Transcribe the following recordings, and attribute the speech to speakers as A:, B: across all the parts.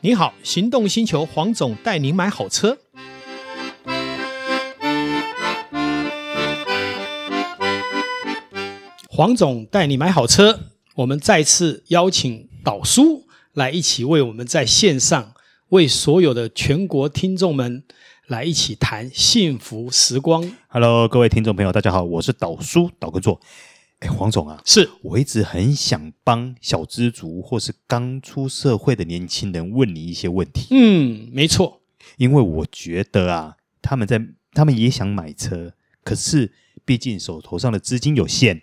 A: 你好，行动星球黄总带您买好车。黄总带你买好车，我们再次邀请导叔来一起为我们在线上为所有的全国听众们来一起谈幸福时光。
B: Hello，各位听众朋友，大家好，我是导叔导根座。哎，黄总啊，
A: 是
B: 我一直很想帮小资族或是刚出社会的年轻人问你一些问题，
A: 嗯，没错，
B: 因为我觉得啊，他们在他们也想买车，可是毕竟手头上的资金有限，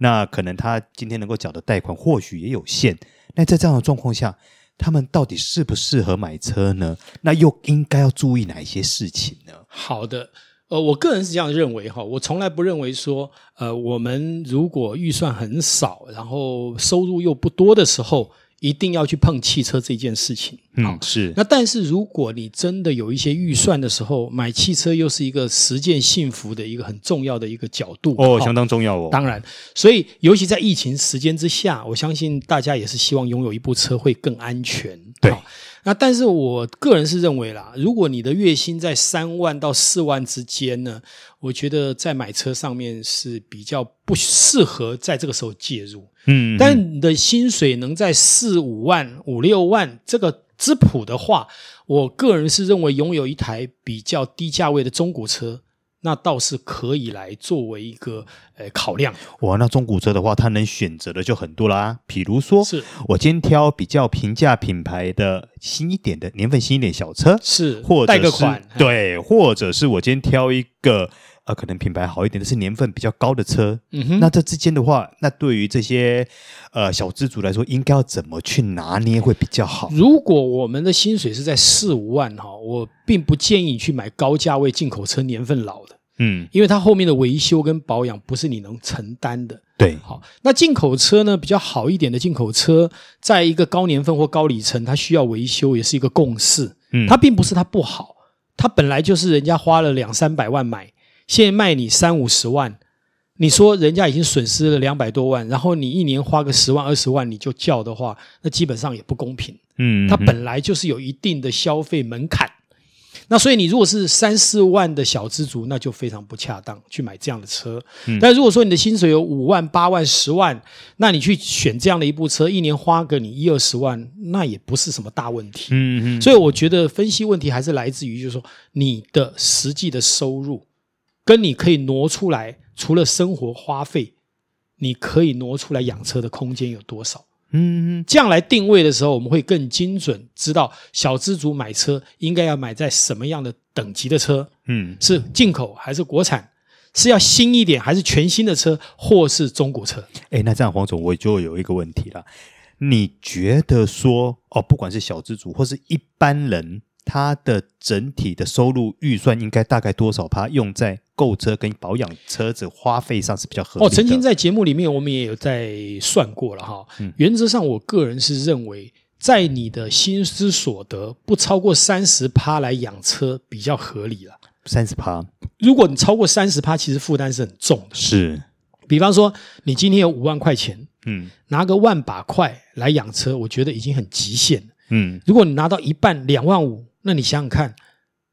B: 那可能他今天能够缴的贷款或许也有限，那在这样的状况下，他们到底适不适合买车呢？那又应该要注意哪一些事情呢？
A: 好的。呃，我个人是这样认为哈，我从来不认为说，呃，我们如果预算很少，然后收入又不多的时候，一定要去碰汽车这件事情。
B: 嗯，是，
A: 那但是如果你真的有一些预算的时候，买汽车又是一个实践幸福的一个很重要的一个角度
B: 哦，
A: 哈
B: 相当重要哦。
A: 当然，所以尤其在疫情时间之下，我相信大家也是希望拥有一部车会更安全。
B: 对
A: 好那但是我个人是认为啦，如果你的月薪在三万到四万之间呢，我觉得在买车上面是比较不适合在这个时候介入。
B: 嗯，
A: 但你的薪水能在四五万、五六万这个之谱的话，我个人是认为拥有一台比较低价位的中古车，那倒是可以来作为一个呃考量。
B: 哇，那中古车的话，它能选择的就很多啦。比如说，
A: 是
B: 我今天挑比较平价品牌的新一点的年份新一点小车，
A: 是，
B: 或者
A: 贷
B: 是
A: 个款，哎
B: 对，或者是我今天挑一个呃，可能品牌好一点的是年份比较高的车。
A: 嗯哼，
B: 那这之间的话，那对于这些呃小资族来说，应该要怎么去拿捏会比较好？
A: 如果我们的薪水是在四五万哈，我并不建议你去买高价位进口车年份老的，
B: 嗯，
A: 因为它后面的维修跟保养不是你能承担的。
B: 对，
A: 好，那进口车呢，比较好一点的进口车，在一个高年份或高里程，它需要维修，也是一个共识。
B: 嗯
A: 它并不是它不好，它本来就是人家花了两三百万买，现在卖你三五十万，你说人家已经损失了两百多万，然后你一年花个十万二十万你就叫的话，那基本上也不公平。
B: 嗯
A: 它本来就是有一定的消费门槛。那所以你如果是三四万的小资族，那就非常不恰当去买这样的车。
B: 嗯
A: 但如果说你的薪水有五万、八万、十万，那你去选这样的一部车，一年花个你一二十万，那也不是什么大问题。
B: 嗯嗯
A: 所以我觉得分析问题还是来自于，就是说你的实际的收入，跟你可以挪出来，除了生活花费，你可以挪出来养车的空间有多少。
B: 嗯嗯
A: 这样来定位的时候，我们会更精准，知道小资族买车应该要买在什么样的等级的车，
B: 嗯，
A: 是进口还是国产，是要新一点还是全新的车，或是中古车。
B: 哎，那这样黄总，我就有一个问题了。你觉得说哦，不管是小资主或是一般人，他的整体的收入预算应该大概多少趴用在购车跟保养车子花费上是比较合理
A: 哦，
B: 的？
A: 曾经在节目里面我们也有在算过了哈。
B: 嗯
A: 原则上，我个人是认为，在你的薪资所得不超过三十趴来养车比较合理了。
B: 三十趴
A: 如果你超过三十趴，其实负担是很重的。
B: 是
A: 比方说，你今天有五万块钱，
B: 嗯
A: 拿个万把块来养车，我觉得已经很极限了。
B: 嗯，
A: 如果你拿到一半两万五，那你想想看，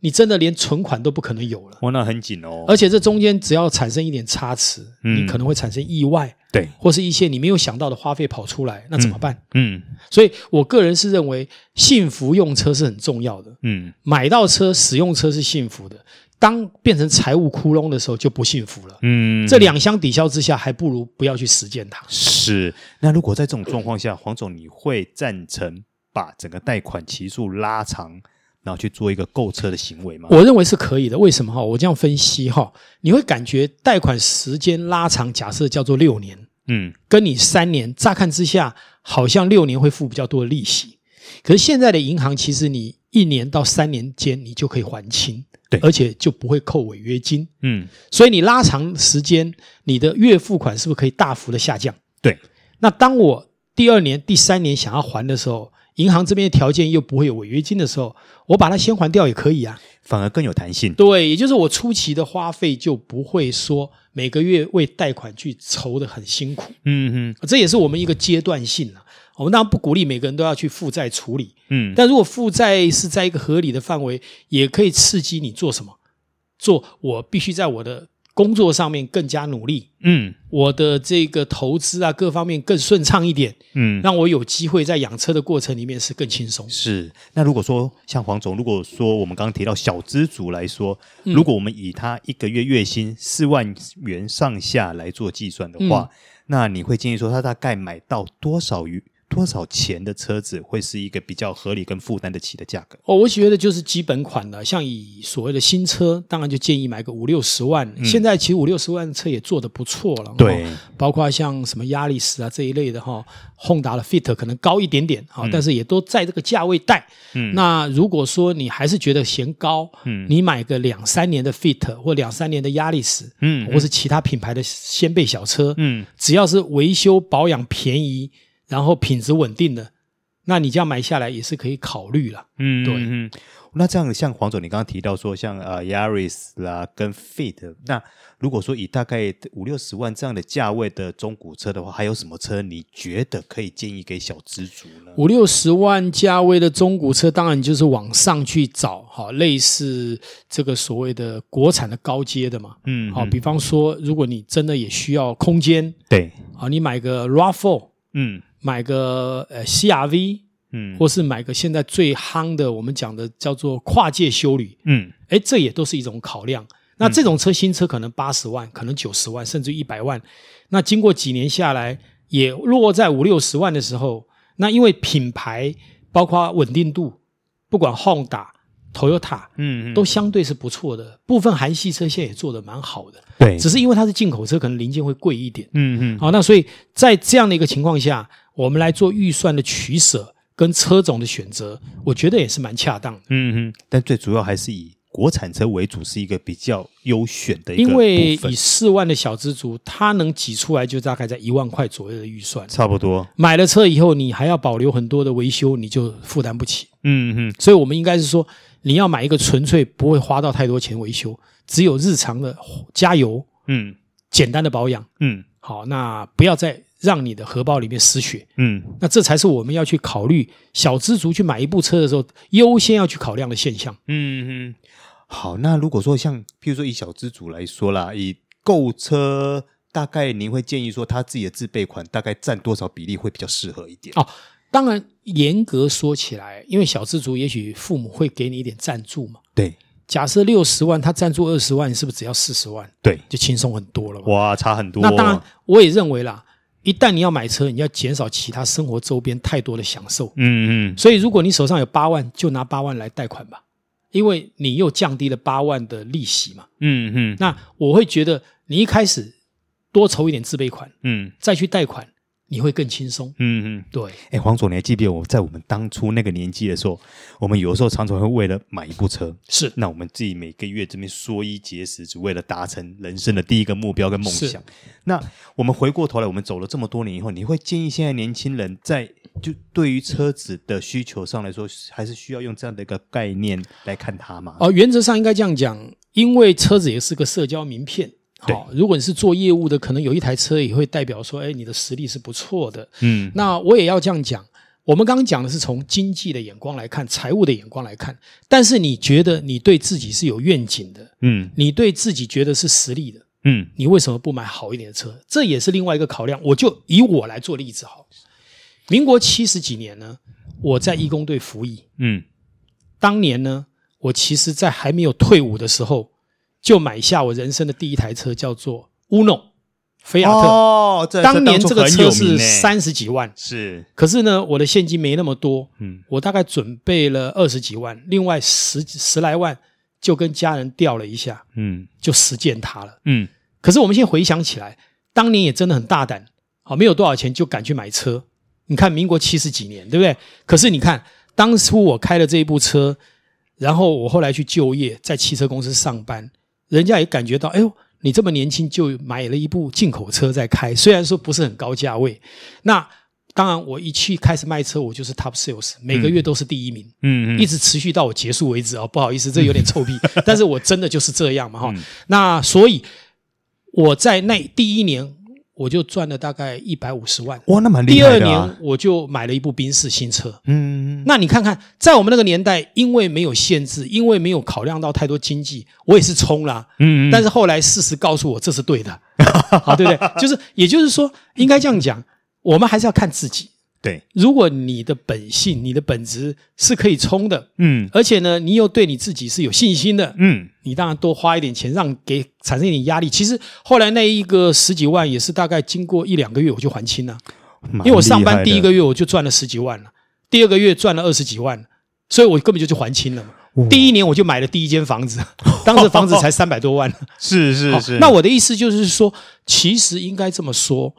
A: 你真的连存款都不可能有了。
B: 哇，那很紧哦。
A: 而且这中间只要产生一点差池，
B: 嗯
A: 你可能会产生意外，
B: 对，
A: 或是一些你没有想到的花费跑出来，那怎么办？
B: 嗯
A: 所以我个人是认为，幸福用车是很重要的。
B: 嗯
A: 买到车、使用车是幸福的，当变成财务窟窿的时候就不幸福了。
B: 嗯，
A: 这两相抵消之下，还不如不要去实践它。
B: 是。那如果在这种状况下，黄总，你会赞成把整个贷款期数拉长，然后去做一个购车的行为吗？
A: 我认为是可以的。为什么哈？我这样分析哈，你会感觉贷款时间拉长，假设叫做六年，
B: 嗯
A: 跟你三年，乍看之下好像六年会付比较多的利息，可是现在的银行其实你一年到三年间你就可以还清，
B: 对
A: 而且就不会扣违约金，
B: 嗯，
A: 所以你拉长时间，你的月付款是不是可以大幅的下降？
B: 对。
A: 那当我第二年、第三年想要还的时候，银行这边的条件又不会有违约金的时候，我把它先还掉也可以啊。
B: 反而更有弹性。
A: 对，也就是我初期的花费就不会说每个月为贷款去筹的很辛苦，
B: 嗯嗯，
A: 这也是我们一个阶段性啊。我们当然不鼓励每个人都要去负债处理，
B: 嗯，
A: 但如果负债是在一个合理的范围，也可以刺激你做什么？做我必须在我的工作上面更加努力，
B: 嗯
A: 我的这个投资啊各方面更顺畅一点，
B: 嗯，
A: 让我有机会在养车的过程里面是更轻松。
B: 是。那如果说像黄总，如果说我们刚刚提到小资族来说，如果我们以他一个月月薪四万元上下来做计算的话，那你会建议说他大概买到多少余多少钱的车子会是一个比较合理跟负担得起的价格？
A: 哦，我觉得就是基本款的，像以所谓的新车，当然就建议买个五六十万。现在其实五六十万的车也做得不错了，
B: 嗯对
A: 哦包括像什么亚力士啊这一类的哈、宏达的 Fit 可能高一点点哈、但是也都在这个价位带。
B: 嗯
A: 那如果说你还是觉得嫌高，
B: 嗯
A: 你买个两三年的 Fit 或两三年的亚力士，
B: 嗯
A: 或是其他品牌的掀背小车，
B: 嗯
A: 只要是维修保养便宜，然后品质稳定的，那你这样买下来也是可以考虑了。
B: 嗯，
A: 对
B: 嗯。嗯那这样，像黄总，你刚刚提到说，像呃 Yaris 啦跟 Fit，那如果说以大概五六十万这样的价位的中古车的话，还有什么车你觉得可以建议给小资族呢？
A: 五六十万价位的中古车，当然你就是往上去找，哈，类似这个所谓的国产的高阶的嘛，
B: 嗯
A: 好，比方说，如果你真的也需要空间，
B: 对，
A: 啊，你买个 RAV4，
B: 嗯
A: 买个呃 CRV，
B: 嗯
A: 或是买个现在最夯的，我们讲的叫做跨界修旅，
B: 嗯
A: 哎，这也都是一种考量。那这种车新车可能八十万，可能九十万，甚至一百万。那经过几年下来，也落在五六十万的时候，那因为品牌包括稳定度，不管 Honda、Toyota
B: 嗯，
A: 都相对是不错的。部分韩系车现在也做得蛮好的，
B: 对，
A: 只是因为它是进口车，可能零件会贵一点。
B: 嗯嗯
A: 好，那所以在这样的一个情况下，我们来做预算的取舍跟车种的选择，我觉得也是蛮恰当的。
B: 嗯嗯，但最主要还是以国产车为主，是一个比较优选的一个
A: 因为
B: 部分
A: 以四万的小资族，他能挤出来就大概在一万块左右的预算。
B: 差不多，
A: 买了车以后，你还要保留很多的维修，你就负担不起。
B: 嗯嗯
A: 所以我们应该是说，你要买一个纯粹不会花到太多钱维修，只有日常的加油、
B: 嗯
A: 简单的保养。
B: 嗯
A: 好，那不要再让你的荷包里面失血。
B: 嗯，
A: 那这才是我们要去考虑小资族去买一部车的时候，优先要去考量的现象。
B: 嗯嗯，好，那如果说像譬如说以小资主来说啦，以购车，大概您会建议说他自己的自备款大概占多少比例会比较适合一点？
A: 哦，当然，严格说起来，因为小资族也许父母会给你一点赞助嘛。
B: 对
A: 假设六十万，他赞助二十万，你是不是只要四十万
B: 对，
A: 就轻松很多了嘛？
B: 哇，差很多。哦
A: 那当然，，我也认为啦，一旦你要买车，你要减少其他生活周边太多的享受。
B: 嗯嗯
A: 所以，如果你手上有八万，就拿八万来贷款吧，因为你又降低了八万的利息嘛。
B: 嗯嗯
A: 那我会觉得，你一开始多筹一点自备款，
B: 嗯
A: 再去贷款，你会更轻松。
B: 嗯嗯。
A: 对，
B: 哎，黄总，你还记不记得我在我们当初那个年纪的时候，我们有的时候常常会为了买一部车，
A: 是
B: 那我们自己每个月这边缩衣节食，只为了达成人生的第一个目标跟梦想
A: 是。
B: 那我们回过头来，我们走了这么多年以后，你会建议现在年轻人在就对于车子的需求上来说，还是需要用这样的一个概念来看它吗？
A: 哦、原则上应该这样讲，因为车子也是个社交名片。
B: 对
A: 好、如果你是做业务的，可能有一台车也会代表说，哎，你的实力是不错的。
B: 嗯
A: 那我也要这样讲。我们刚刚讲的是从经济的眼光来看，财务的眼光来看，但是你觉得你对自己是有愿景的，
B: 嗯
A: 你对自己觉得是实力的，
B: 嗯
A: 你为什么不买好一点的车？这也是另外一个考量。我就以我来做例子好了，民国七十几年呢，我在义工队服役，
B: 嗯
A: 当年呢，我其实在还没有退伍的时候，就买下我人生的第一台车，叫做 Uno 菲亚特。
B: 哦，这
A: 当年这个
B: 很有
A: 车是
B: 名呢
A: 三十几万，
B: 是
A: 可是呢，我的现金没那么多，
B: 嗯
A: 我大概准备了二十几万，另外十十来万就跟家人调了一下，
B: 嗯
A: 就实践它了。
B: 嗯
A: 可是我们现在回想起来，当年也真的很大胆，好，没有多少钱就敢去买车。你看，民国七十几年，对不对？可是你看，当初我开了这一部车，然后我后来去就业，在汽车公司上班，人家也感觉到，哎呦，你这么年轻就买了一部进口车在开，虽然说不是很高价位。那当然，我一去开始卖车，我就是 top sales，每个月都是第一名。
B: 嗯
A: 一直持续到我结束为止啊、不好意思，这有点 臭屁，但
B: 嗯
A: 是我真的就是这样嘛哈。那所以我在那第一年，我就赚了大概一百五十万。
B: 哇，那蛮厉
A: 第
B: 害
A: 二
B: 的、啊。
A: 年我就买了一部宾士新车。
B: 嗯，
A: 那你看看，在我们那个年代，因为没有限制，因为没有考量到太多经济，我也是冲啦。
B: 嗯嗯，
A: 但是后来事实告诉我，这是对 的，好，对不对？就是，也就是说，应该这样讲，我们还是要看自己。
B: 对，
A: 如果你的本性、你的本质是可以冲的，
B: 嗯
A: 而且呢，你又对你自己是有信心的，
B: 嗯，
A: 你当然多花一点钱，让给产生一点压力。其实后来那一个十几万也是大概经过一两个月我就还清了，因
B: 因
A: 为我上班第一个月我就赚了十几万了，第二个月赚了二十几万了，所以我根本就去还清了嘛。第一年我就买了第一间房 子，当时房子才三百多万。
B: 是是
A: 好
B: 是，
A: 哦那我的意思就是说，其实应该这么说：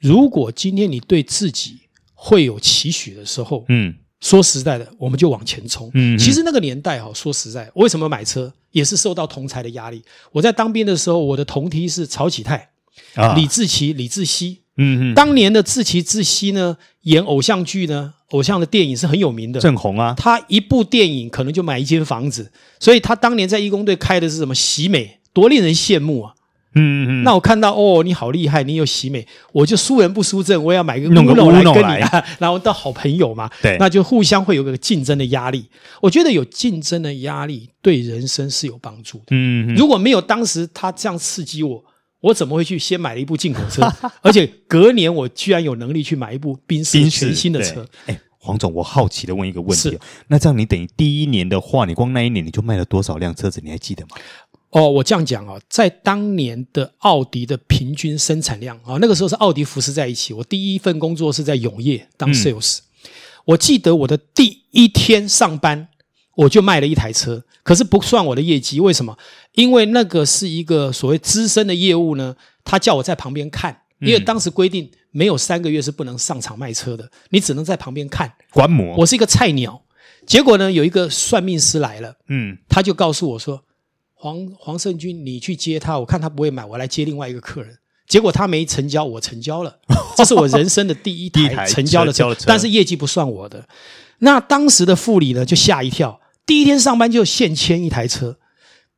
A: 如果今天你对自己会有期许的时候，
B: 嗯
A: 说实在的，我们就往前冲。
B: 嗯嗯
A: 其实那个年代哈、说实在，我为什么买车也是受到同才的压力。我在当兵的时候，我的同梯是曹启泰、
B: 啊，
A: 李志奇、李志熙。
B: 嗯嗯，
A: 当年的志奇、志熙呢，演偶像剧呢，偶像的电影是很有名的。
B: 正红啊，
A: 他一部电影可能就买一间房子，所以他当年在义工队开的是什么喜美，多令人羡慕啊！
B: 嗯嗯嗯，
A: 那我看到哦，你好厉害，你有喜美，我就输人不输阵，我也要买个
B: 弄个
A: 乌龙来
B: 乌龙
A: 跟
B: 来
A: 你啊， 然后当好朋友嘛，
B: 对
A: 那就互相会有个竞争的压力。我觉得有竞争的压力对人生是有帮助的。
B: 嗯嗯嗯
A: 如果没有当时他这样刺激我，我怎么会去先买了一部进口 车，而且隔年我居然有能力去买一部宾士
B: 宾士
A: 全新的
B: 对
A: 车？
B: 哎，黄总，我好奇的问一个问题
A: 是
B: 哦，那这样你等于第一年的话，你光那一年你就卖了多少辆车子？你还记得吗？
A: 哦，我这样讲哦，在当年的奥迪的平均生产量啊、哦那个时候是奥迪服饰在一起。我第一份工作是在永业当 sales，、我记得我的第一天上班我就卖了一台车，可是不算我的业绩，为什么？因为那个是一个所谓资深的业务呢，他叫我在旁边看，因为当时规定没有三个月是不能上场卖车的，你只能在旁边看。
B: 观摩，
A: 我是一个菜鸟，结果呢，有一个算命师来了。
B: 嗯
A: 他就告诉我说：“黄黄胜军，你去接他，我看他不会买，我来接另外一个客人。”结果他没成交，我成交 了，这是我人生的第一
B: 第一台
A: 台成交的
B: 成交
A: 车
B: 的车，
A: 但是业绩不算我的。那当时的副理呢就吓一跳，第一天上班就现签一台车，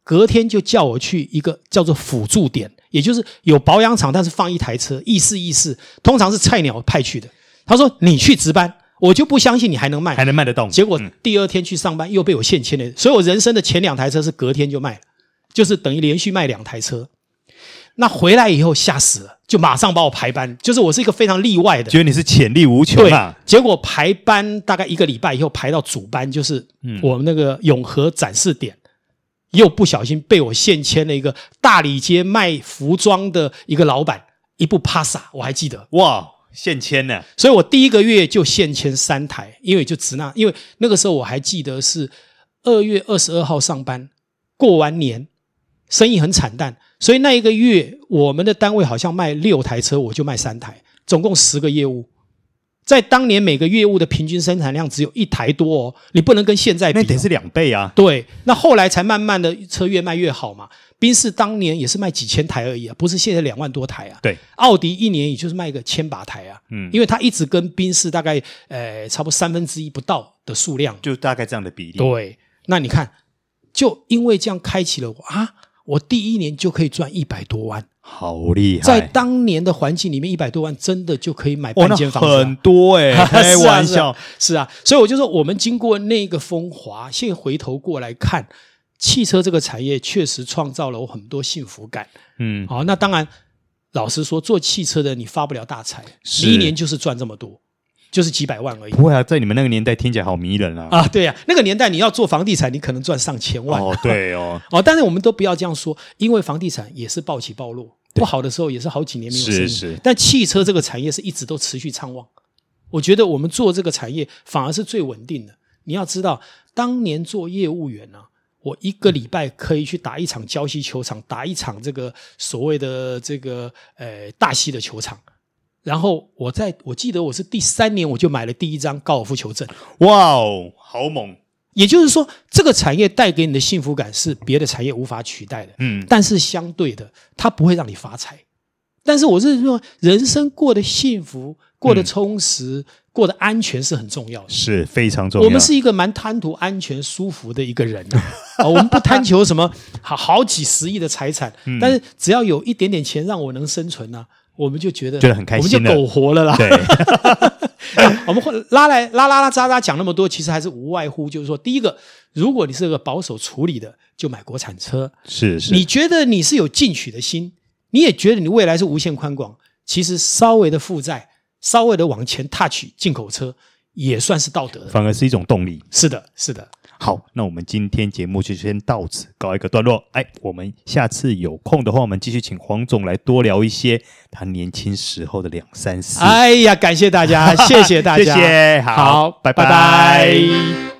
A: 隔天就叫我去一个叫做辅助点，也就是有保养厂，但是放一台车，意思意思，通常是菜鸟派去的。他说：“你去值班，我就不相信你还能卖。”
B: 还能卖得动，嗯
A: 结果第二天去上班又被我现签了，所以我人生的前两台车是隔天就卖了，就是等于连续卖两台车。那回来以后吓死了，就马上把我排班，就是我是一个非常例外的。
B: 觉得你是潜力无穷
A: 对
B: 啊，，
A: 结果排班大概一个礼拜以后排到主班，就是我们那个永和展示点，又不小心被我现签了一个大理街卖服装的一个老板，一部帕萨，我还记得。
B: 哇，现签呢，
A: 所以我第一个月就现签三台，因为就只那，因为那个时候我还记得是二月二十二号上班，过完年生意很惨淡，所以那一个月我们的单位好像卖六台车，我就卖三台，总共十个业务。在当年每个业务的平均生产量只有一台多哦，你不能跟现在比
B: 那
A: 哦、
B: 等于是两倍啊，
A: 对，那后来才慢慢的车越卖越好嘛。宾士当年也是卖几千台而已啊，不是现在两万多台啊。
B: 对，
A: 奥迪一年也就是卖个千把台啊，
B: 嗯
A: 因为它一直跟宾士大概呃差不多三分之一不到的数量。
B: 就大概这样的比例，
A: 对，那你看，就因为这样开启了我啊，我第一年就可以赚一百多万，
B: 好厉害，
A: 在当年的环境里面，一百多万真的就可以买半
B: 哇，哦那
A: 间房子、啊。
B: 很多哎，开
A: 是啊
B: 玩笑，
A: 是啊是啊，所以我就说，我们经过那个风华，现在回头过来看，汽车这个产业确实创造了我很多幸福感。
B: 嗯，
A: 好、那当然，老实说，做汽车的你发不了大财，
B: 是
A: 你一年就是赚这么多，就是几百万而已
B: 不会啊，在你们那个年代听起来好迷人啊，
A: 啊。对呀、那个年代你要做房地产，你可能赚上千万。
B: 哦，对哦，
A: 哦，但是我们都不要这样说，因为房地产也是暴起暴落，不好的时候也是好几年没有生意。
B: 是是
A: 但汽车这个产业是一直都持续畅旺，我觉得我们做这个产业反而是最稳定的。你要知道，当年做业务员啊，我一个礼拜可以去打一场胶西球场，打一场这个所谓的这个呃大溪的球场。然后我在我记得我是第三年我就买了第一张高尔夫球证，
B: 哇哦，好猛，
A: 也就是说，这个产业带给你的幸福感是别的产业无法取代的。
B: 嗯，
A: 但是相对的，它不会让你发财。但是我是认为，人生过得幸福、过得充实、过得安全是很重要的。
B: 是非常重要，
A: 我们是一个蛮贪图安全、舒服的一个人啊、 啊我们不贪求
B: 嗯
A: 什么好好几十亿的财产，但是只要有一点点钱让我能生存呢、啊我们就觉得
B: 觉得很开心
A: 我们
B: 了
A: 就苟活了啦。
B: 对，
A: 我们会拉来拉拉拉扎扎讲那么多，其实还是无外乎就是说，第一个，如果你是个保守处理的，就买国产车；
B: 是是，
A: 你觉得你是有进取的心，你也觉得你未来是无限宽广，其实稍微的负债，稍微的往前 touch 进口车，也算是道德的。
B: 反而是一种动力。
A: 是的，是的，
B: 好，那我们今天节目就先到此告一个段落。哎，我们下次有空的话，我们继续请黄总来多聊一些他年轻时候的两三事。
A: 哎呀，感谢大家，谢谢大家，
B: 谢谢，好，
A: 好，
B: 拜
A: 拜拜